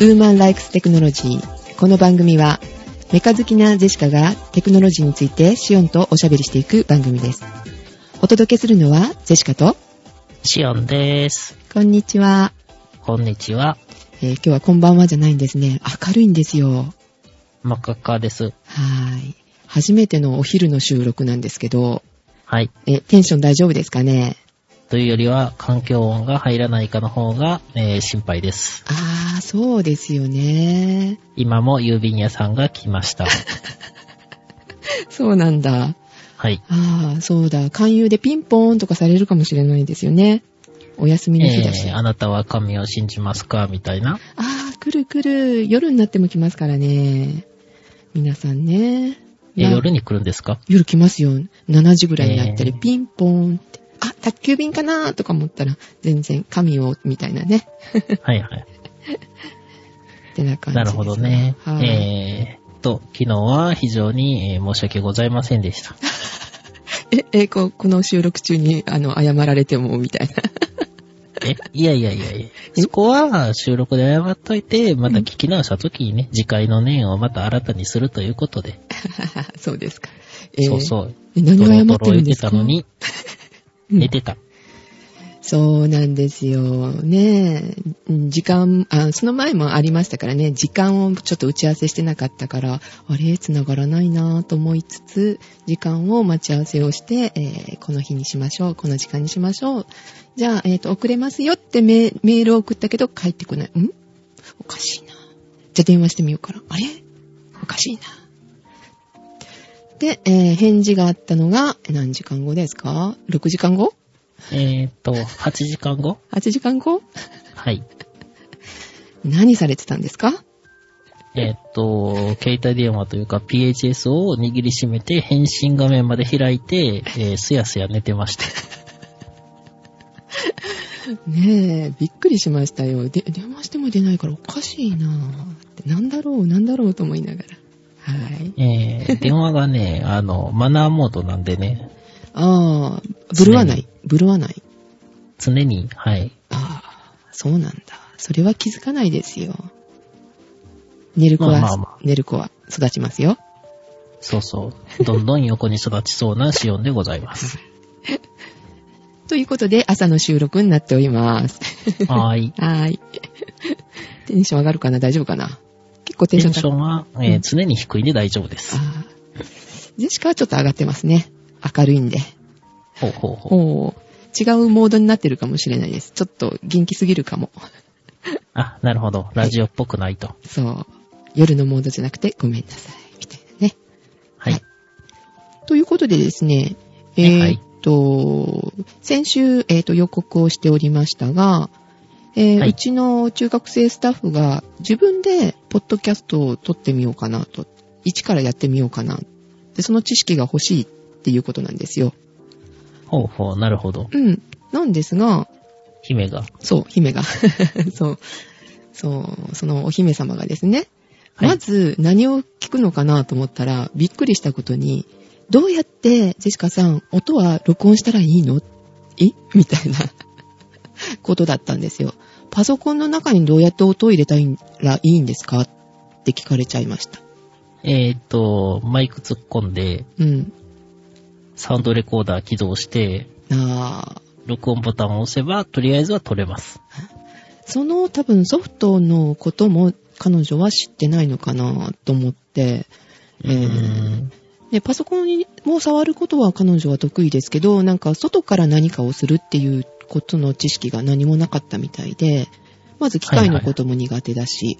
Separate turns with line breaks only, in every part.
ウーマン・ライクス・テクノロジー。この番組は、メカ好きなジェシカがテクノロジーについてシオンとおしゃべりしていく番組です。お届けするのは、ジェシカと、
シオンです。
こんにちは。
こんにちは。
えー今日はこんばんはじゃないんですね。明るいんですよ。
マカカです。
はーい。初めてのお昼の収録なんですけど、
はい。
え、テンション大丈夫ですかね
というよりは、環境音が入らないかの方が、えー心配です。
あー、そうですよね。
今も郵便屋さんが来ま した。
そうなんだ。
はい。
ああ、そうだ。勧誘でピンポーンとかされるかもしれないですよね。お休みの日だし。
えーあなたは神を信じますかみたいな。
ああ、来る来る。夜になっても来ますからね。皆さんね。
え
な
夜に来るんで すか
夜来ますよ。7時ぐらいになったり、
えー
ピンポーンって。あ、宅急便かなとか思ったら、全然神を、みたいなね。
はいはい。
ってな感じです、
なるほどね。
はい、
えーっと、昨日は非常に、えー申し訳ございませんでした。
え、え、こうこの収録中に、あの、謝られても、みたいな。
え、いやいやいやいや。そこは収録で謝っといて、また聞き直した時にね、次回の念をまた新たにするということで。
そうですか。
そう
う。
そう。
え何
ド
が
ロ
謝
ド
って
ロ
る
言
ん
っ
で
て
すか
たのに、
うん
寝てた。
そうなんですよ。ねえ、うん時間あ、その前もありましたからね、時間をちょっと打ち合わせしてなかったから、あれ繋がらないなぁと思いつつ、時間を待ち合わせをして、えーこの日にしましょう、この時間にしましょう。じゃあ、えっ、と、遅れますよってメメールを送ったけど、帰ってこない。んおかしいなじゃあ電話してみようかな。あれおかしいなで、えー返事があったのが、何時間後ですか ?6 時間後
えーっと、8時間後
?8 時間後
はい。
何されてたんですか
えーっと、携帯電話というか PHS を握りしめて返信画面まで開いて、えーすやすや寝てました。
ねえ、びっくりしましたよ。で、電話しても出ないからおかしいなぁって。なんだろう、なんだろうと思いながら。はい。
えー電話がね、 あの、マナーモードなんでね、
ああ、ブルわない。ブルわない。
常に、はい。
ああ、そうなんだ。それは気づかないですよ。寝る子は、
まあまあま
寝る子は育ちますよ。
そうそう。どんどん横に育ちそうなシオンでござい ます。
ということで、朝の収録になっております。
はーい。
はーい。テンション上がるかな大丈夫かな結構テ
テ
ンション
ン
高
シ
い
ョンは、えー常に低いんで大丈夫です。
あージェシカはちょっと上がってますね。明るいんで。
ほうほうほう。
おー違うモードになってるかもしれないです。ちょっと元気すぎるかも。
あ、なるほど。ラジオっぽくないと。
そう。夜のモードじゃなくてごめんなさい。みたいなね。
はい。
はいということでですね、え
ね
ーっと、先週、えーっと予告をしておりましたが、えー
はいう
ちの中学生スタッフが自分でポッドキャストを撮ってみようかなと、一からやってみようかな。で、その知識が欲しいっていうことなんですよ。
ほうほう、なるほど。
うん。なんですが、
姫が。
そう、姫が。 そう。そう、そのお姫様がですね、
はい
まず何を聞くのかなと思ったら、びっくりしたことに、どうやって、ジェシカさん、音は録音したらいいのえみたいな ことだったんですよ。パソコンの中にどうやって音を入れたらいいんですかって聞かれちゃいました。
えーっと、マイク突っ込んで、
うん。
サウンドレコーダー起動して、
あー
録音ボタンを押せば、とりあえずは撮れます。
その多分ソフトのことも彼女は知ってないのかなと思って、
うーん。
で、パソコンにも触ることは彼女は得意ですけど、なんか外から何かをするっていうことの知識が何もなかったみたいで、まず機械のことも苦手だし、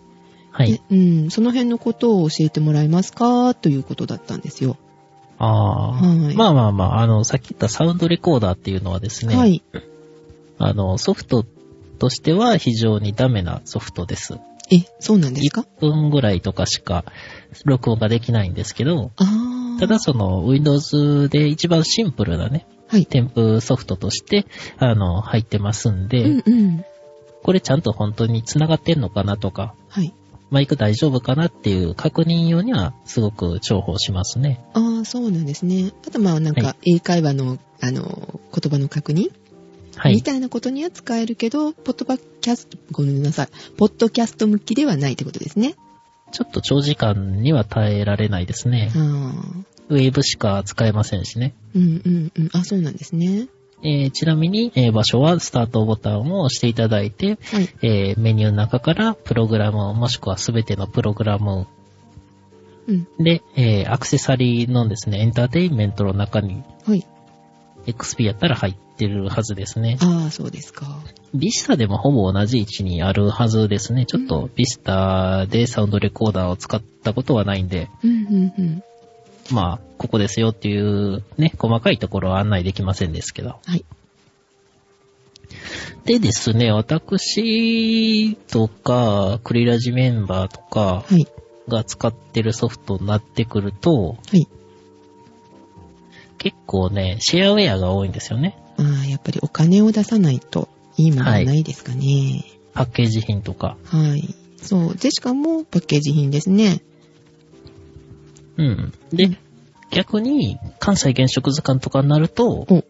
はい。
でうん、その辺のことを教えてもらえますかということだったんですよ。
ああ、
はい
まあまあまあ、あの、さっき言ったサウンドレコーダーっていうのはですね、
はい。
あの、ソフトとしては非常にダメなソフトです。
え、そうなんですか
1分ぐらいとかしか録音ができないんですけど、
ああ。
ただ、その Windows で一番シンプルなね、
はい。
添付ソフトとして、あの、入ってますんで、
うんうん。
これちゃんと本当に繋がってんのかなとか、
はい。
マイク大丈夫かなっていう確認用にはすごく重宝しますね。
ああ、そうなんですね。あとまあなんか
は
英会話の、あの、言葉の確認
はい
みたいなことには使えるけど、ポッドバキャスト、ごめんなさい、ポッドキャスト向きではないってことですね。
ちょっと長時間には耐えられないですね
あ。ー
ウェーブしか使えませんしね。
うんうんうん。あ、そうなんですね。
えーちなみに、えー場所はスタートボタンを押していただいて、
はい。
えーメニューの中からプログラムをもしくはすべてのプログラム
うん。
で、えーアクセサリーのですね、エンターテインメントの中に
はい。
XP やったら入ってるはずですね。
ああ、そうですか。
ビスタでもほぼ同じ位置にあるはずですね。ちょっとビスタでサウンドレコーダーを使ったことはないんで、
うんうんうん。
まあ、ここですよっていうね、細かいところは案内できませんですけど。
はい。
でですね、私とか、クリラジメンバーとか
はい。
が使ってるソフトになってくる
は
と、
い。
結構ね、シェアウェアが多いんですよね。
ああ、やっぱりお金を出さないといいものはないですかね。
パッケージ品とか。
はい。そう。で、しかもパッケージ品ですね。
うん。で、逆に、関西原色図鑑とかになると、
お、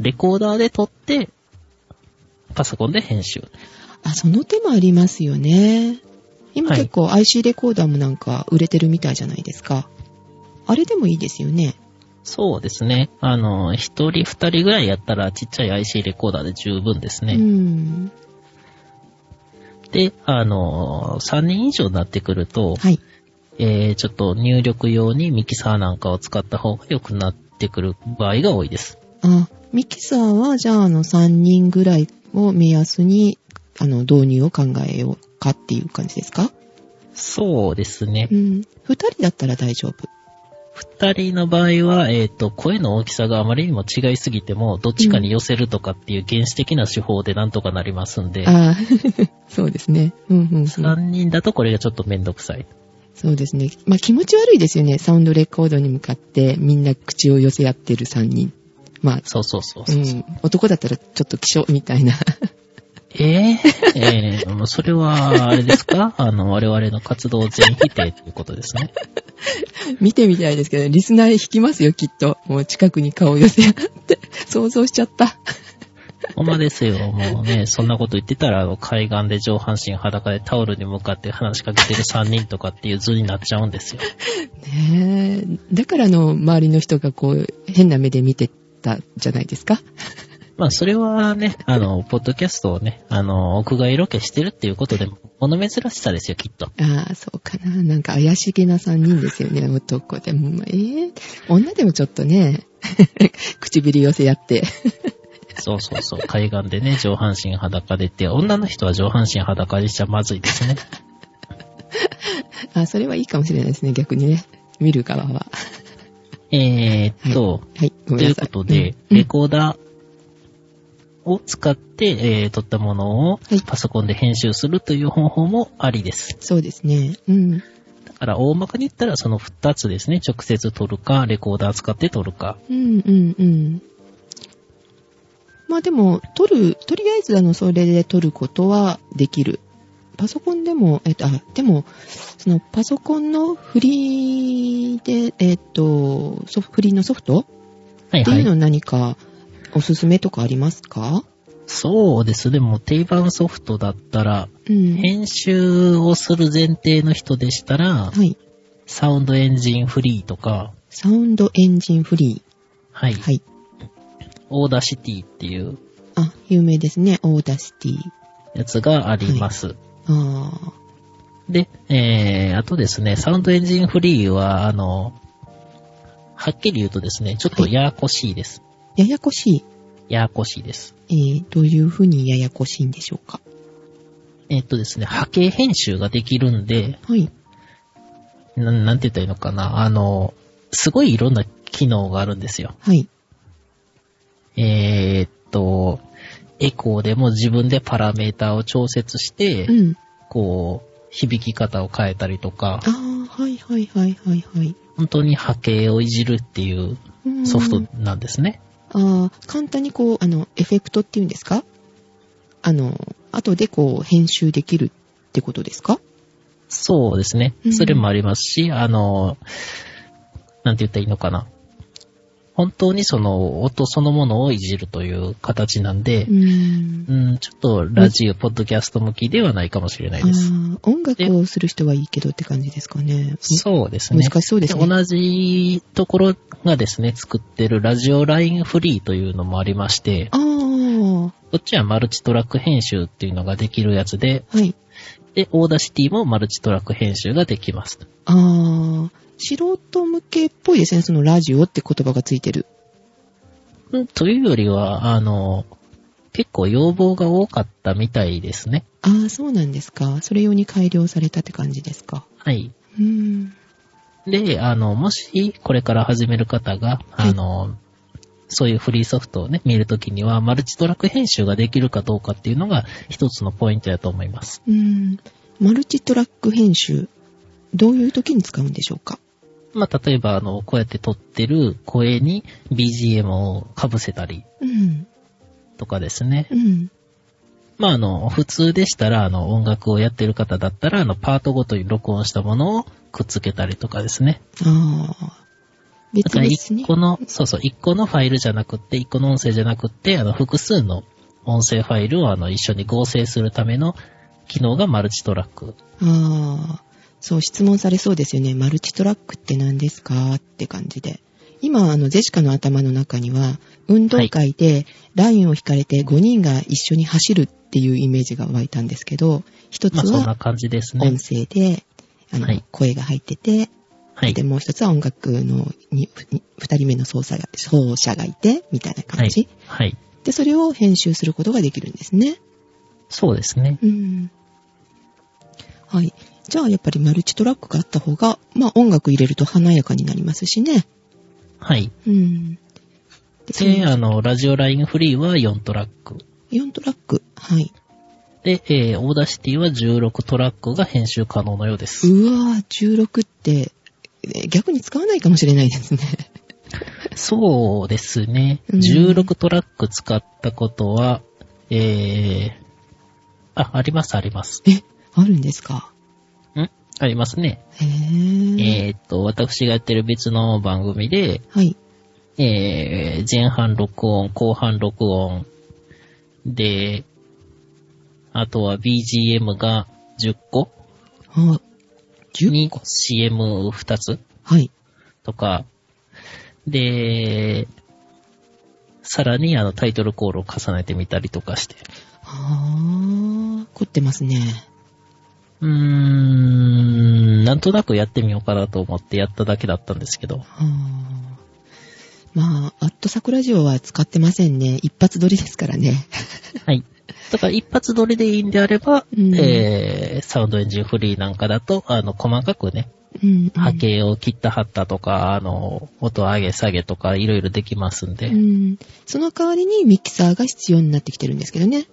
レコーダーで撮って、パソコンで編集。
あ、その手もありますよね。今
はい
結構 IC レコーダーもなんか売れてるみたいじゃないですか。あれでもいいですよね。
そうですね。あの、一人二人ぐらいやったらちっちゃい IC レコーダーで十分ですね。
うん。
で、あの、3人以上になってくると、
はい。
えー、ちょっと入力用にミキサーなんかを使った方が良くなってくる場合が多いです。
あ、ミキサーはじゃああの3人ぐらいを目安に、あの、導入を考えようかっていう感じですか
そうですね
う。ん。2人だったら大丈夫。
二人の場合は、えっ、と、声の大きさがあまりにも違いすぎても、どっちかに寄せるとかっていう原始的な手法でなんとかなりますんで、
ああ、 そうですね。うんうん、うん。
三人だとこれがちょっとめんどくさい。
そうですね。まあ気持ち悪いですよね。サウンドレコードに向かってみんな口を寄せ合ってる3人。まあ、
そうそうそう
う、
そうそうん
男だったらちょっと気象みたいな。
えー、えー、それは、あれです かあの、我々の活動全否定ということですね。
見てみたいですけど、リスナー引きますよ、きっと。もう近くに顔を寄せ合って、想像しちゃった。
ほんまですよ。もうね、そんなこと言ってたら、あの海岸で上半身裸でタオルに向かって話しかけてる3人とかっていう図になっちゃうんですよ。
ねえ。だからあの、周りの人がこう、変な目で見てたじゃないですか。
まあ、それはね、あの、ポッドキャストをね、あの、屋外ロケしてるっていうことで、物珍しさですよ、きっと。
ああ、そうかな。なんか怪しげな3人ですよね、男でも。まあええ女でもちょっとね、 唇寄せ合って。
そうそ うそう。海岸でね、上半身裸でって、女の人は上半身裸にしちゃまずいで すね。
あ、それはいいかもしれないですね、逆にね。見る側は。
えーっと、
はい、ごめん
とい
な
う
さ
こ
い。
とで、
うん
レコーダーを使って、えー撮ったものを
はい
パソコンで編集するという方法もありです。
そうですね。うん。
だから、大まかに言ったらその2つですね。直接撮るか、レコーダー使って撮るか。
うん、うん、うん。まあでも、撮る、とりあえず、あの、それで撮ることはできる。パソコンでも、えっと、あ、でも、その、パソコンのフリーで、えっと、ソフフリーのソフト
はい
って
は
いうの
い。
何か、おすすめとかありますか
そうですね。もう定番ソフトだったら、
うん。
編集をする前提の人でしたら、
はい。
サウンドエンジンフリーとか、
サウンドエンジンフリ
はい。
ー。はい。
オーダーシティっていう
あ、有名ですね。オーダーシティ。
やつがあります。
ああ。
で、えー、あとですね、サウンドエンジンフリーは、あの、はっきり言うとですね、ちょっとややこしいです。
ややこしい。
ややこしいです。
えー、どういうふうにややこしいんでしょうか。
えっとですね、波形編集ができるんで、
はい。
ななんて言ったらいいのかな、あの、すごいいろんな機能があるんですよ。
はい。
えー、っと、エコーでも自分でパラメーターを調節して、
うん。
こう、響き方を変えたりとか、
ああ、はいはいはいはいはい
本当に波形をいじるっていう
うん。
ソフトなんですね。
ああ、簡単にこう、あの、エフェクトっていうんですかあの、後でこう、編集できるってことですか
そうですね
う。ん
それもありますし、あの、なんて言ったらいいのかな。本当にその音そのものをいじるという形なんで、
うん
うん、ちょっとラジオ、ポッドキャスト向きではないかもしれないです。
あー音楽をする人はいいけどって感じですかね。
そうですね。
難しそうですね
同じところがですね、作ってるラジオラインフリーというのもありまして、
ああ、
こっちはマルチトラック編集っていうのができるやつで、
はい。
で、オーダーシティもマルチトラック編集ができます。
ああ、素人向けっぽいですね。そのラジオって言葉がついてる。
うんというよりは、あの、結構要望が多かったみたいですね。
ああ、そうなんですか。それ用に改良されたって感じですか。
はい。
うん。
で、あの、もし、これから始める方が、
はい
あの、そういうフリーソフトをね、見るときには、マルチトラック編集ができるかどうかっていうのが、一つのポイントだと思います。
うん。マルチトラック編集。どういう時に使うんでしょうか
まあ、例えば、あの、こうやって撮ってる声に BGM を被せたり
うん。
とかですね。
うん。
まあ、あの、普通でしたら、あの、音楽をやってる方だったら、あの、パートごとに録音したものをくっつけたりとかですね。
ああ。
だ
別
から
々
一
に。
個の、そうそう、一個のファイルじゃなくって、一個の音声じゃなくって、あの、複数の音声ファイルをあの、一緒に合成するための機能がマルチトラック。
ああ、そう、質問されそうですよね。マルチトラックって何ですかって感じで。今、あの、ゼシカの頭の中には、運動会でラインを引かれて5人が一緒に走るっていうイメージが湧いたんですけど、一つ
まあ、そんな
は
感じですね
音。声で、あの、
はい
声が入ってて、
はい
で、。もう一つは音楽のにに二人目の奏者が奏者がいて、みたいな
は
感じ、
い。はい。
で、それを編集することができるんですね。
そうですね。
うん。はい。じゃあ、やっぱりマルチトラックがあった方が、まあ音楽入れると華やかになりますしね。
はい。
うん。で、そ
で、
の
あの、ラジオラインフリーは4トラック。
4トラック。はい。
で、えー、オーダーシティは16トラックが編集可能のようです。
うわぁ、16って、え逆に使わないかもしれないですね。
そうですね。
うん
16トラック使ったことは、えー、あ、あります、あります。
え、あるんですか。
んありますね。
へぇ、
えーっと、私がやってる別の番組で、
はい。
えー、前半録音、後半録音、で、あとは BGM が10個
あ、10?
に CM2 つ
はい。
とか、で、さらにあのタイトルコールを重ねてみたりとかして。
あー、凝ってますね。
うーん、なんとなくやってみようかなと思ってやっただけだったんです けど。
あーまあ、アットサクラジオは使ってませんね。一発撮りですからね。
はい。だから一発撮りでいいんであれば、
うん
えー、サウンドエンジンフリーなんかだと、あの、細かくね、
うん、うん
波形を切った貼ったとか、あの、音上げ下げとか、いろいろできますんで、
うん。その代わりにミキサーが必要になってきてるんですけどね。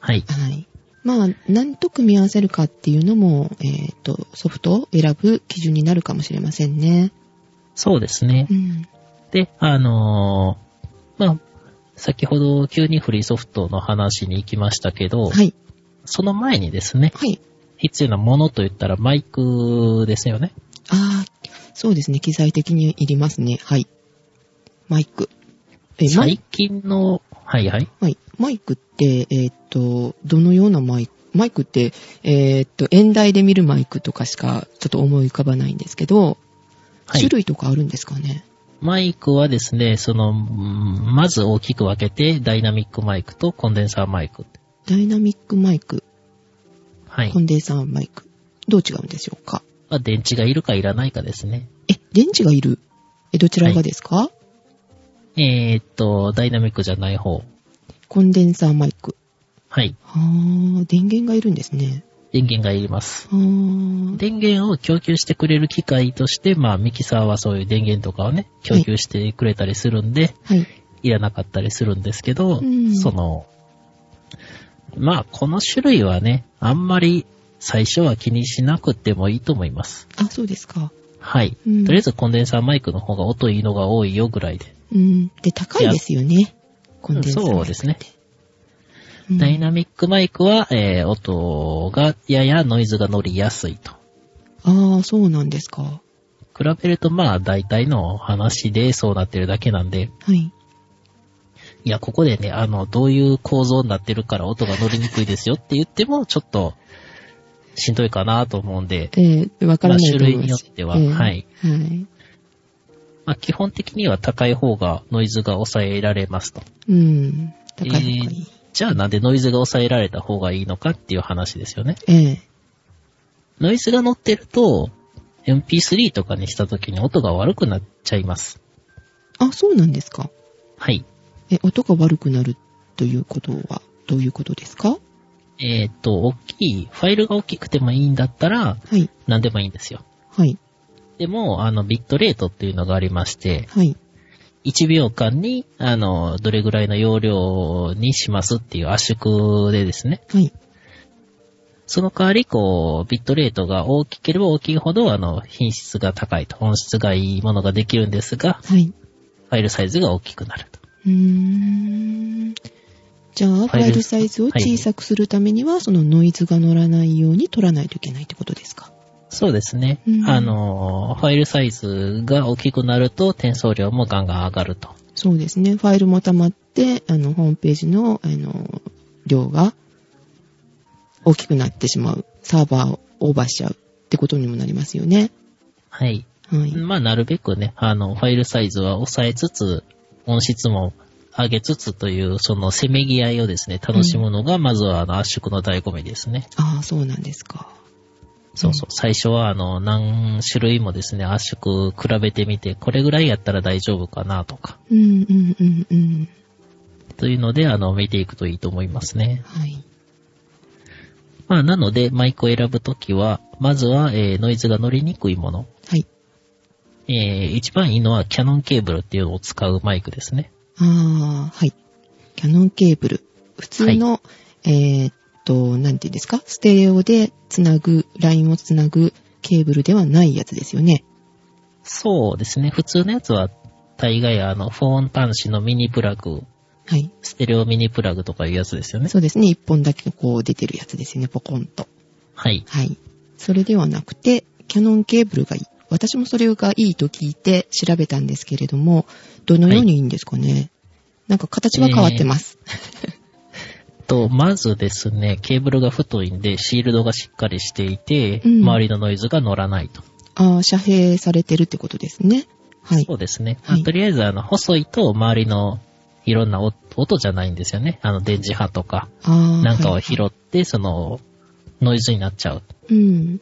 はい。
はい。まあ、何と組み合わせるかっていうのも、えっ、と、ソフトを選ぶ基準になるかもしれませんね。
そうですね
う。ん。
で、あのーまあ、先ほど急にフリーソフトの話に行きましたけど、
はい。
その前にですね、
はい。
必要なものといったらマイクですよね。
ああ、そうですね。機材的にいりますね。はい。マイク。え、マイ
最近の、はいはい。
はい。マイクって、えっ、と、どのようなマイクマイクって、えっ、と、演台で見るマイクとかしかちょっと思い浮かばないんですけど、
はい、
種類とかあるんですかね
マイクはですね、その、うんまず大きく分けて、ダイナミックマイクとコンデンサーマイク。
ダイナミックマイク。
はい
コ。ンデンサーマイク。どう違うんでしょうか
まあ電池がいるかいらないかですね。
え、電池がいるえ、どちらがですか、
えー、っと、ダイナミックじゃない方。
コンデンサーマイク。
はい。
はー、電源がいるんですね。
電源がいります。
はー。
電源を供給してくれる機械として、まあ、ミキサーはそういう電源とかをね、供給してくれたりするんで、
はい。
いらなかったりするんですけど、
うん
その、まあ、この種類はね、あんまり最初は気にしなくてもいいと思います。
あ、そうですか。
はい。
うん
とりあえずコンデンサーマイクの方が音いいのが多いよぐらいで。
うん。で、高いですよね。コンデンサーマイク。
そうですね。
うん
ダイナミックマイクは、えー音がややノイズが乗りやすいと。
あー、そうなんですか。
比べるとまあ大体の話でそうなってるだけなんで、
はい。
いや、ここでね、あの、どういう構造になってるから音が乗りにくいですよって言っても、ちょっと、しんどいかなと思うんで、
ええ、わからないと思い
まあ種類によ
ま
っ
す
ては
ええ
はい。
はい。
まあ、基本的には高い方がノイズが抑えられますと。
うん。高い方がいい。
じゃあなんでノイズが抑えられた方がいいのかっていう話ですよね。
ええ。
ノイズが乗ってると、MP3 とかにした時に音が悪くなっちゃいます。
あ、そうなんですか。
はい。
え、音が悪くなるということは、どういうことですか
えっ、と、大きい、ファイルが大きくてもいいんだったら、
はい。
何でもいいんですよ。
はい。
でも、あの、ビットレートっていうのがありまして、
はい。
1秒間に、あの、どれぐらいの容量にしますっていう圧縮でですね。
はい。
その代わり、こう、ビットレートが大きければ大きいほど、あの、品質が高いと、本質がいいものができるんですが、
はい。
ファイルサイズが大きくなると。
うーん。じゃあ、フ
ァイ
ァ
ル
イルサイズを小さくするためには、そのノイズが乗らないように取らないといけないってことですか
そうですね。
うん
あの、ファイルサイズが大きくなると、転送量もガンガン上がると。
そうですね。ファイルも溜まって、あの、ホームページの、あの、量が大きくなってしまう。サーバーをオーバーしちゃうってことにもなりますよね。
はい。
はい。
まあ、なるべくね、あの、ファイルサイズは抑えつつ、音質も上げつつという、そのせめぎ合いをですね、楽しむのが、まずはあの、圧縮の醍醐味ですね。
ああ、そうなんですか。
そうそう。最初は、あの、何種類もですね、圧縮比べてみて、これぐらいやったら大丈夫かなとか、
うん、うん、うん、うん。
というので、あの、見ていくといいと思いますね。
はい。
まあ、なので、マイクを選ぶときは、まずは、えーノイズが乗りにくいもの。
はい。
えー一番いいのは、キャノンケーブルっていうのを使うマイクですね。
ああ、はい。キャノンケーブル。普通の、えーっと、なんていうんですかステレオでつなぐ、ラインをつなぐケーブルではないやつですよね。
そうですね。普通のやつは、大概あの、フォン端子のミニプラグ、
はい。
ステレオミニプラグとかいうやつですよね。
そうですね。一本だけこう出てるやつですよね。ポコンと。
はい。
はい。それではなくて、キャノンケーブルがいい。私もそれがいいと聞いて調べたんですけれども、どのようにいいんですかね、なんか形は変わってます。
と、まずですね、ケーブルが太いんで、シールドがしっかりしていて、
うん
周りのノイズが乗らないと。
ああ、遮蔽されてるってことですね。はい
そ。うですね。
はい
まあとりあえず、あの、細いと周りのいろんな音音じゃないんですよね。あの、電磁波とか、
ああ。
なんかを
はい
拾って、その、ノイズになっちゃう。
うん。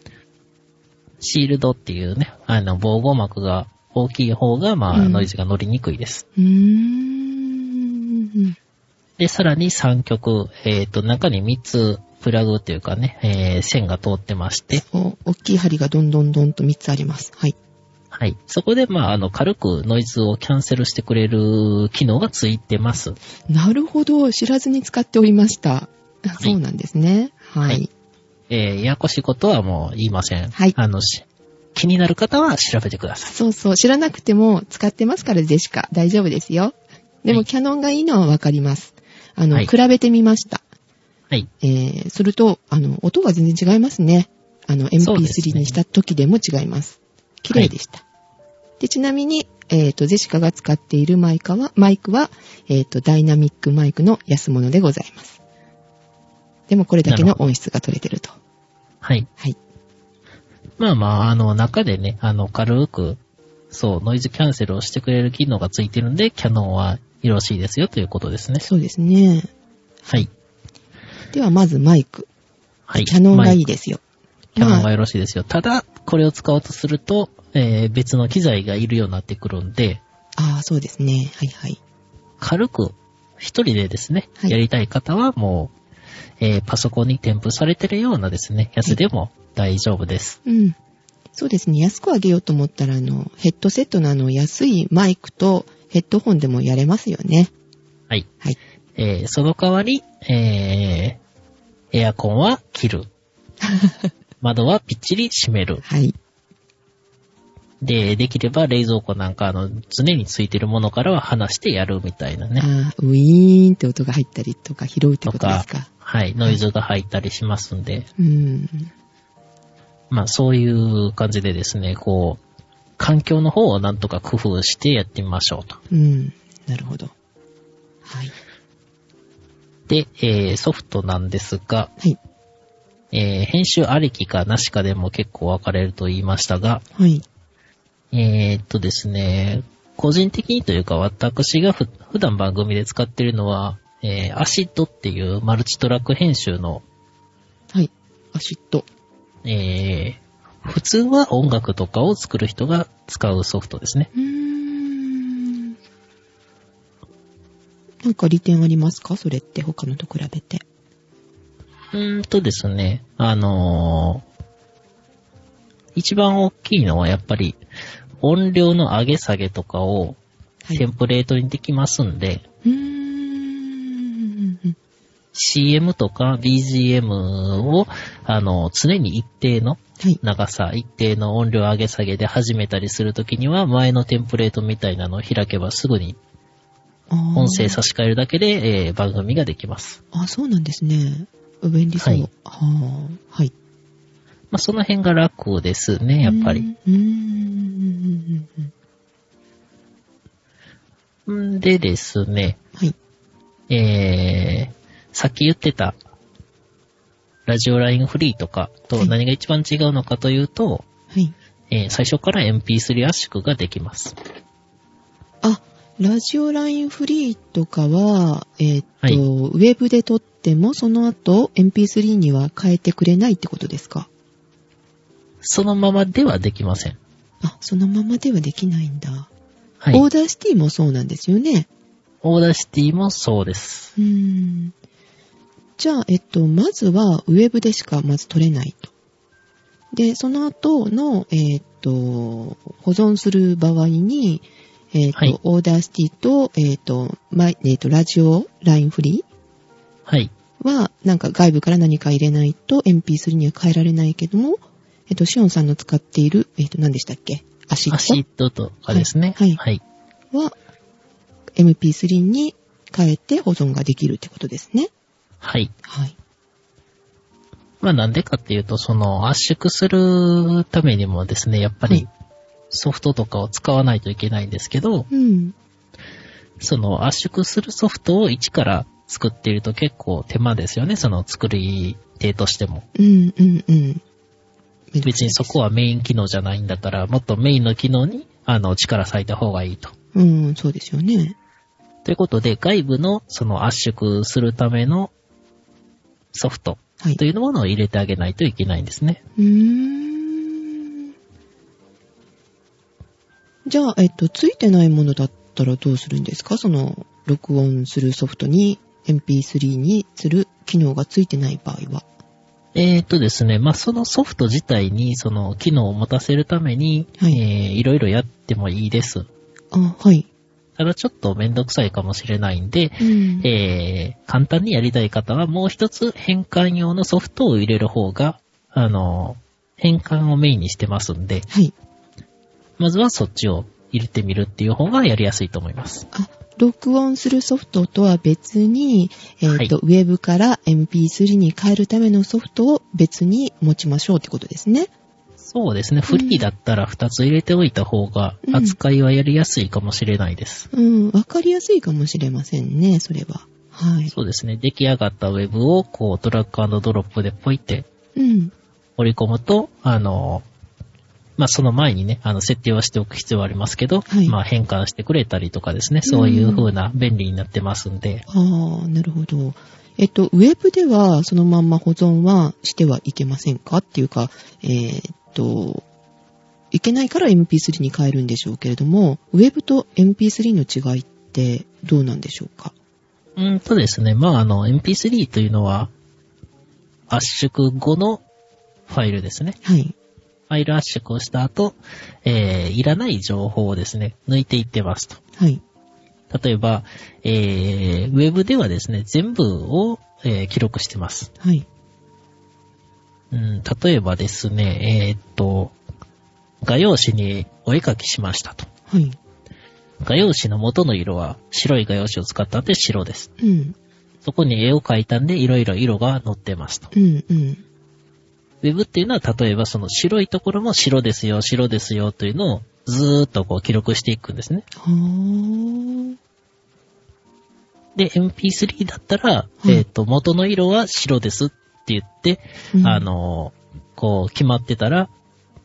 シールドっていうね、あの、防護膜が大きい方が、まあ、
うん
ノイズが乗りにくいです。
うーん。
で、さらに3曲、えっ、と、中に3つプラグっていうかね、えー線が通ってまして、
お大きい針がどんどんどんと3つあります。はい。
はい。そこで、まあ、あの、軽くノイズをキャンセルしてくれる機能がついてます。
なるほど。知らずに使っておりました。あ
い
そうなんですね。は
はいい。えー、ややこしいことはもう言いません。
はい
あの、し気になる方は調べてください。
そうそう。知らなくても使ってますから、ジェシカ。大丈夫ですよ。でも、
はい
キャノンがいいのはわかります。あの、
はい
比べてみました。
はい。
えー、すると、あの、音が全然違いますね。あの、
そうです
MP3
ね
にした時でも違います。綺麗でした。で、ちなみに、えっ、と、ジェシカが使っているマイカは、マイクは、えっ、と、ダイナミックマイクの安物でございます。でも、これだけ
なる
の音質が取れてると。
はい。
はい。
まあまあ、あの、中でね、あの、軽く、そう、ノイズキャンセルをしてくれる機能がついてるんで、キャノンはよろしいですよということですね。
そうですね。
はい。
では、まずマイク。
はい。
キャノンがい
まあ
いですよ。
キャノン
ま
が
あ
よろしいですよ。ただ、これを使おうとすると、えー別の機材がいるようになってくるんで、
ああ、そうですね。はいはい。
軽く、一人でですね、
はい
やりたい方はもう、えーパソコンに添付されてるようなですね、やつでも大丈夫です。
うん。そうですね。安くあげようと思ったら、あの、ヘッドセットのあの、安いマイクとヘッドホンでもやれますよね。
はい。
はい。
えーその代わり、えーエアコンは切 る。窓はぴっちり閉める。
はい。
で、できれば冷蔵庫なんか、あの、常についてるものからは離してやるみたいなね。
ああ、ウィーンって音が入ったりとか拾うって
と
ことで
か
すか。、
はい、ノイズが入ったりしますんで、
うん。
まあそういう感じでですね、こう、環境の方をなんとか工夫してやってみましょうと。
うん。なるほど。はい。
で、えーソフトなんですが、
はい。
えー編集ありきかなしかでも結構分かれると言いましたが、
はい。
えーっとですね、個人的にというか私がふ普段番組で使ってるのは、えーアシッドっていうマルチトラック編集の、
はい。アシッド。
えー普通は音楽とかを作る人が使うソフトですね。
うーん。なんか利点ありますかそれって他のと比べて。
うーんとですね、あのー一番大きいのはやっぱり音量の上げ下げとかを
はい。
テ
う
ンプレートにできますんで、
ーん。
CM とか BGM を、あの、常に一定の
はい。
長さ、一定の音量上げ下げで始めたりするときには、前のテンプレートみたいなのを開けばすぐに音
音
声差し替えるだけで、えー番組ができます。
あ、そうなんですね。便利そう。
はい
はあ、はい。
まあ、その辺が楽ですね、やっぱり。
うーん。うーん。
んでですね、
はい。
えー、さっき言ってた、ラジオラインフリーとかと何が一番違うのかというと、
はい。
えー最初から MP3 圧縮ができます。
あ、ラジオラインフリーとかは、えーっと、
はい
ウェブで撮っても、その後、MP3 には変えてくれないってことですか
そのままではできません。
あ、そのままではできないんだ。
はい。
オーダーシティもそうなんですよね。
オーダーシティもそうです。
うーん。じゃあ、えっと、まずは、ウェブでしかまず撮れないと。で、その後の、えーっと、保存する場合に、えーっと、
はい
オーダーシティと、えーっと、マイ、えーっと、ラジオラインフリー
はい。
は、なんか外部から何か入れないと MP3 には変えられないけども、えっと、シオンさんの使っている、えっと、何でしたっけアシ
アシ
ッ
ッドとかですね。
はい
はい。
ドは、MP3 に変えて保存ができるってことですね。
はい。
はい。
まあなんでかっていうと、その圧縮するためにもですね、やっぱ
はい
りソフトとかを使わないといけないんですけど、
うん。
その圧縮するソフトを一から作っていると結構手間ですよね、その作り手としても。
うん、うん、うん。
別にそこはメイン機能じゃないんだから、もっとメインの機能に、あの、力割いた方がいいと。
うん、そうですよね。
ということで、外部のその圧縮するためのソフト
はい
と。いうものを入れてあげないといけないんですね。
うーん。じゃあ、えっと、ついてないものだったらどうするんですかその、録音するソフトに MP3 にする機能がついてない場合は。
えー、とですね、まあ、そのソフト自体にその機能を持たせるために、
はい
えーいろいろやってもいいです。
あ、はい。
ただちょっとめんどくさいかもしれないんで、
うん。
えー簡単にやりたい方はもう一つ変換用のソフトを入れる方が、あの、変換をメインにしてますんで、
はい。
まずはそっちを入れてみるっていう方がやりやすいと思います。
あ、録音するソフトとは別に、えっ、と、ウェブから MP3 に変えるためのソフトを別に持ちましょうってことですね。
そうですね。フリーだったら2つ入れておいた方が
うん
扱いはやりやすいかもしれないです。
うん、わかりやすいかもしれませんね、それは。はい。
そうですね。出来上がったウェブをこうトラックドロップでポイって
うん。
折り込むと、あの、まあ、その前にね、あの、設定はしておく必要はありますけど、
はい
まあ、変換してくれたりとかですね、そういう風な便利になってますんで、
ああ、なるほど。えっと、ウェブではそのまんま保存はしてはいけませんかっていうか、えーっと、いけないから MP3 に変えるんでしょうけれども、ウェブと MP3 の違いってどうなんでしょうか
うんとですね、まあ、あの、MP3 というのは、圧縮後のファイルですね。
はい。
ファイル圧縮をした後、えー、いらない情報をですね、抜いていってますと。
はい。
例えば、えー、ウェブではですね、全部を、えー記録してます。
はい。
うん、例えばですね、えーっと、画用紙にお絵描きしましたと。
はい。
画用紙の元の色は白い画用紙を使ったんで白です。
うん。
そこに絵を描いたんでいろいろ色が載ってますと。
うん。うん。
ウェブっていうのは例えばその白いところも白ですよ、白ですよというのをずーっとこう記録していくんですね。
はー。
で、MP3 だったら、
うん
えっ、と、元の色は白ですって言って、
うん
あ、の、こう決まってたら、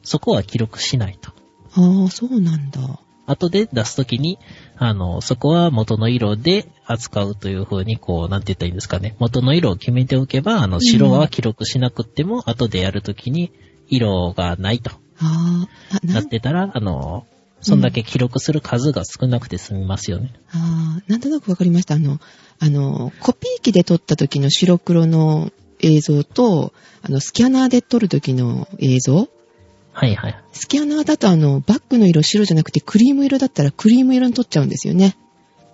そこは記録しないと。
ああ、そうなんだ。
後で出すときに、あの、そこは元の色で扱うという風に、こう、なんて言ったらいいんですかね。元の色を決めておけば、あの、白は記録しなくっても、後でやるときに、色がないと
あーあ、な
なんってたら、あの、そんだけ記録する数が少なくて済みますよね。
あーなんとなくわかりました。あの、あの、コピー機で撮った時の白黒の映像と、あの、スキャナーで撮る時の映像。
はいはい。
スキャナーだとあの、バッグの色白じゃなくてクリーム色だったらクリーム色に撮っちゃうんですよね。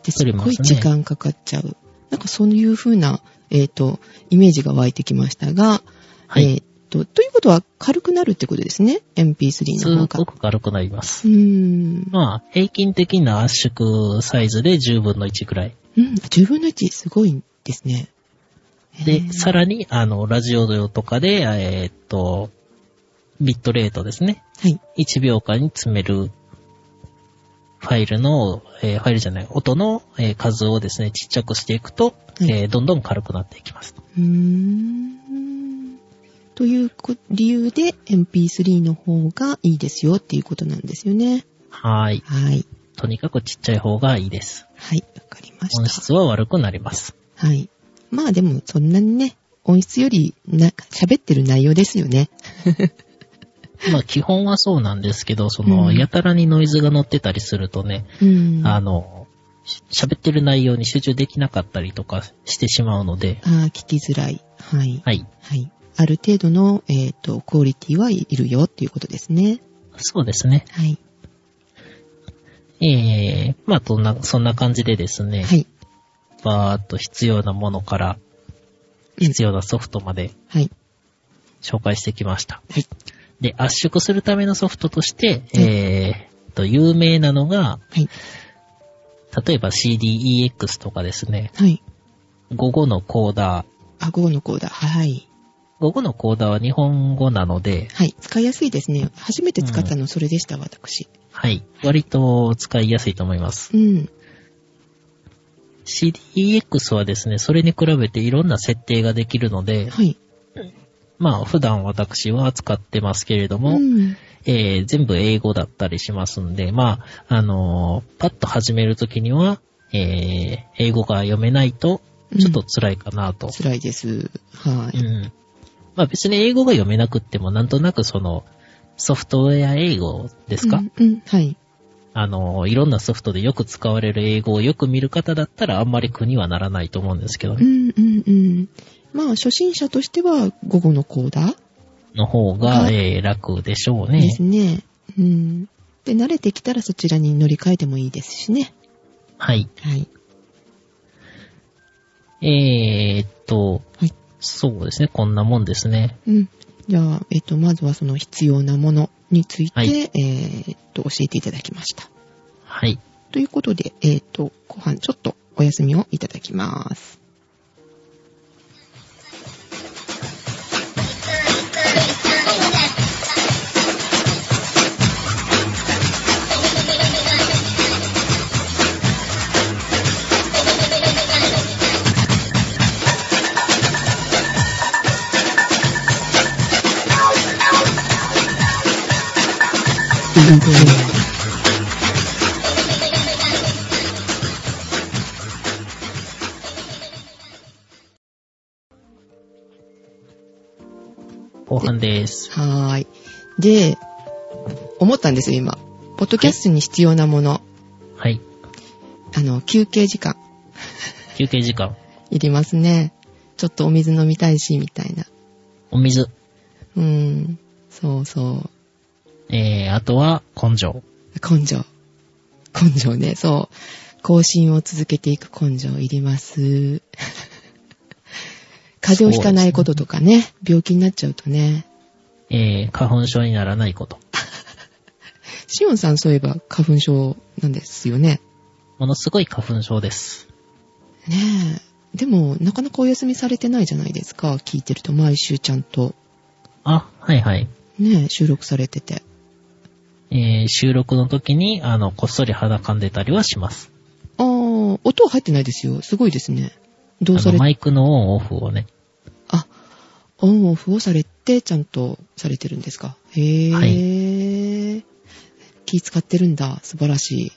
で、す
撮
っ
ります
ご
ね
い時間かかっちゃう。なんかそういう風な、えっ、と、イメージが湧いてきましたが、
はい
えっ、と、ということは軽くなるってことですね。MP3
す
の方が。
ごく軽くなります。
うーん。
まあ、平均的な圧縮サイズで10分の1くらい。
うん、10分の1、すごいですね。へ
で、
ー
さらに、あの、ラジオ用とかで、えーっと、ビットレートですね。
はい。
1秒間に詰めるファイルの、えーファイルじゃない、音の、えー数をですね、ちっちゃくしていくと、
い
えーどんどん軽くなっていきます。
うーん。というこ理由で MP3 の方がいいですよっていうことなんですよね。
はい。
はい。
とにかくちっちゃい方がいいです。
はい、わかりま
音
した。
質は悪くなります。
はい。まあでも、そんなにね、音質よりな、喋ってる内容ですよね。
まあ、基本はそうなんですけど、そ
う
の、
ん
やたらにノイズが乗ってたりするとね、
うん。
あ
あ
の、し喋ってる内容に集中できなかったりとかしてしまうので、
ー聞きづらい。はい。
はい。
はい。ある程度の、えっ、と、クオリティはいるよっていうことですね。
そうですね。
はい。
えー、まあ、そんな、そんな感じでですね、
はい。
バーっと必要なものから、
うん
必要なソフトまで
はい。
紹介してきました。
はい。
で、圧縮するためのソフトとして、えー、と、有名なのが、
はい。
例えば CDEX とかですね、
はい。
55のコーダ
あ、午後のコーダー。はい。
ー。55のコーダーは日本語なので、
はい。使いやすいですね。初めて使ったのそれでした、私。
はい。割と使いやすいと思いま
う
す。
ん。
CDEX はですね、それに比べていろんな設定ができるので、
はい。
まあ普段私は使ってますけれども、
うん。
えー全部英語だったりしますんで、まあ、あのーパッと始めるときには、えー英語が読めないと、ちょっと辛いかなと。
辛いです。は
う
い。
ん。まあ別に英語が読めなくっても、なんとなくその、ソフトウェア英語ですか、
うん、うんはい。
あのーいろんなソフトでよく使われる英語をよく見る方だったらあんまり苦にはならないと思うんですけど、
うん、うん、うん。まあ、初心者としては、午後のコーダー
の方が、
はい
えー楽でしょう
で
ね
す。ね。うん。で、慣れてきたらそちらに乗り換えてもいいですしね。
はい。
はい。
えー、っと、
はい
そうですね、こんなもんですね。
うん。じゃあ、えっ、と、まずはその必要なものについて、
はい
えーっと、教えていただきました。
はい。
ということで、えーっと、後半ちょっとお休みをいただきます。
後半です。
はーい。で、思ったんですよ、今。ポッドキャストに必要なもの、
はい。
あの、休憩時間、
休憩時間。
いりますね。ちょっとお水飲みたいし、みたいな。
お水。
うん。そうそう。
えー、あとは、根性。
根性。根性ね、そう。更新を続けていく根性いり ます。風邪をひかないこととかね病気になっちゃうとね。
えー、花粉症にならないこと。
シオンさんそういえば花粉症なんですよね。
ものすごい花粉症です。
ねえ。でも、なかなかお休みされてないじゃないですか。聞いてると毎週ちゃんと、
あ、はいはい。
ねえ、収録されてて。
えー収録の時に、あの、こっそり鼻噛んでたりはします。
あー、音は入ってないですよ。すごいですね。どう
あ
さ
の、
れ、
マイクのオンオフをね。
あ、オンオフをされて、ちゃんとされてるんですか。へー。
は
気使ってるんだ。素晴らし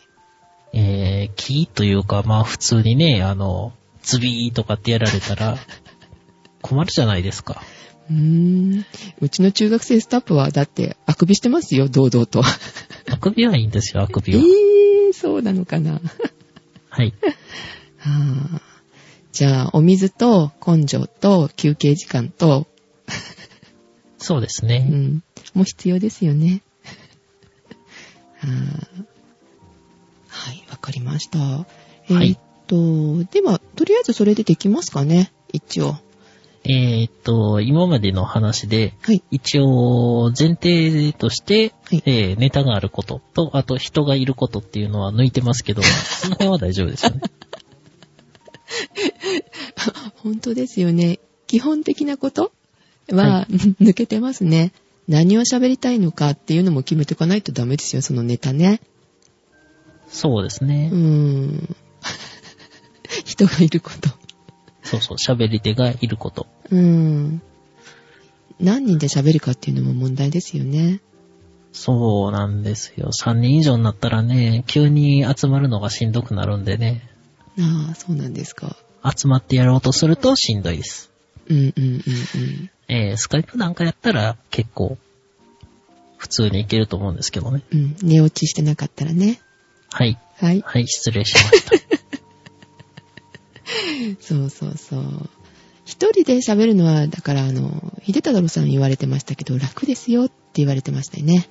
い。
えー、キーというか、まあ普通にね、あの、ズビーとかってやられたら、 困るじゃないですか。
うーん。うちの中学生スタッフは、だって、あくびしてますよ、堂々と。
あくびはいいんですよ、あく
え
びは。
ー、そうなのかな。
はい。
はあ、じゃあ、お水と根性と休憩時間と、
そうです
う
ね。
ん、もう必要ですよね。 はあ、はい、わかりました。え
はい
ーっと、では、とりあえずそれでできますかね、一応。
えーっと、今までの話で、
はい。
一応、前提として、
はい
えーネタがあることと、あと人がいることっていうのは抜いてま すけど、その辺は大丈夫ですよね。
本当ですよね。基本的なことは、
は
抜けてますね。何を喋りたいのかっていうのも決めておかないとダメですよ、そのネタね。
そうです
う
ね。
ーん。 人がいること。
そうそう、喋り手がいること。
うん。何人で喋るかっていうのも問題ですよね。
そうなんですよ。3人以上になったらね、急に集まるのがしんどくなるんでね、
ああ、そうなんですか。
集まってやろうとするとしんどいです。
うんうんうんうん。
えー、スカイプなんかやったら結構、普通にいけると思うんですけどね。
うん、寝落ちしてなかったらね。
はい。
はい。
はい、失礼しま した。
そうそうそう。一人で喋るのは、だからあの、秀太郎さん言われてましたけど、楽ですよって言われてましたよね。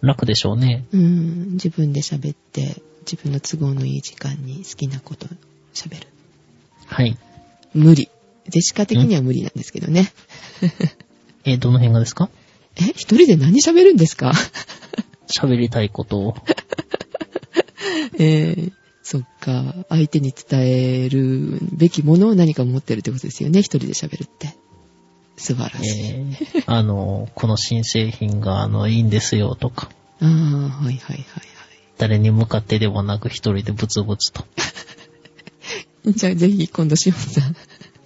楽でしょうね。
うん、自分で喋って、自分の都合のいい時間に好きなこと喋る。
はい。
無理。ジェシカ的には無理なんですけどね。
えー、どの辺がですか
え、一人で何喋るんですか
喋りたいこと を。
えー、そっか。相手に伝えるべきものを何か持ってるってことですよね。一人で喋るって。素晴らしい。
えー、あの、この新製品が、あの、いいんですよ、とか。
ああ、はいはいはいは
誰に向かってでもなく一人でブツブツと。
い。じゃあぜひ今度しおんさん、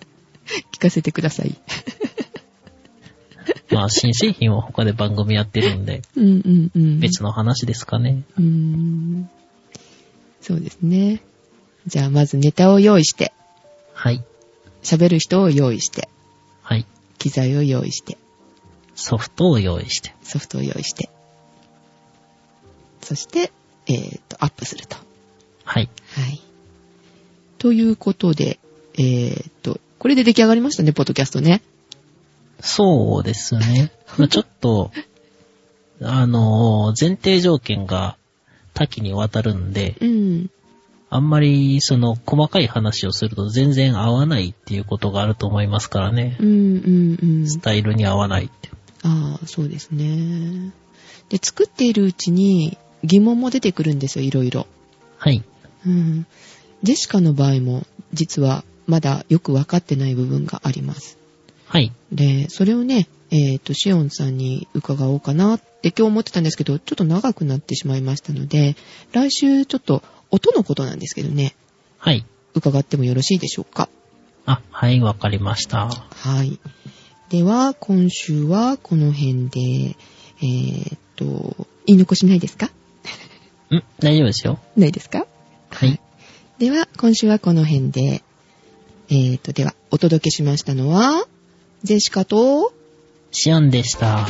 聞かせてください。
まあ、新製品は他で番組やってるんで、
うんうんうん。
別の話ですかね。
うーん。そうですね。じゃあまずネタを用意して、
はい。
喋る人を用意して、
はい。
機材を用意して、
ソフトを用意して。
ソフトを用意して、そして、えっ、と、アップすると。
はい。
はい。ということで、えーっと、これで出来上がりましたね、ポッドキャストね。
そうですね。まあ、ちょっ と、あの、前提条件が多岐にわたるんで、
うん。
あんまり、その、細かい話をすると全然合わないっていうことがあると思いますからね
う。ん、うん、うん。
スタイルに合わないって。
ああ、そうですね。で、作っているうちに疑問も出てくるんですよ、いろいろ。
はい。
うん。ジェシカの場合も、実はまだよくわかってない部分があります。
はい。
で、それをね、えっ、と、シオンさんに伺おうかなって今日思ってたんですけど、ちょっと長くなってしまいましたので、来週ちょっと音のことなんですけどね、
はい。
伺ってもよろしいでしょうか。
あ、はい、わかりました。
はい。では、今週はこの辺で、えっ、と、言い残しないですか
ん大丈夫ですよ。
ないですか
はい。
では、今週はこの辺で。えーと、では、お届けしましたのは、ジェシカと、
シアンでした。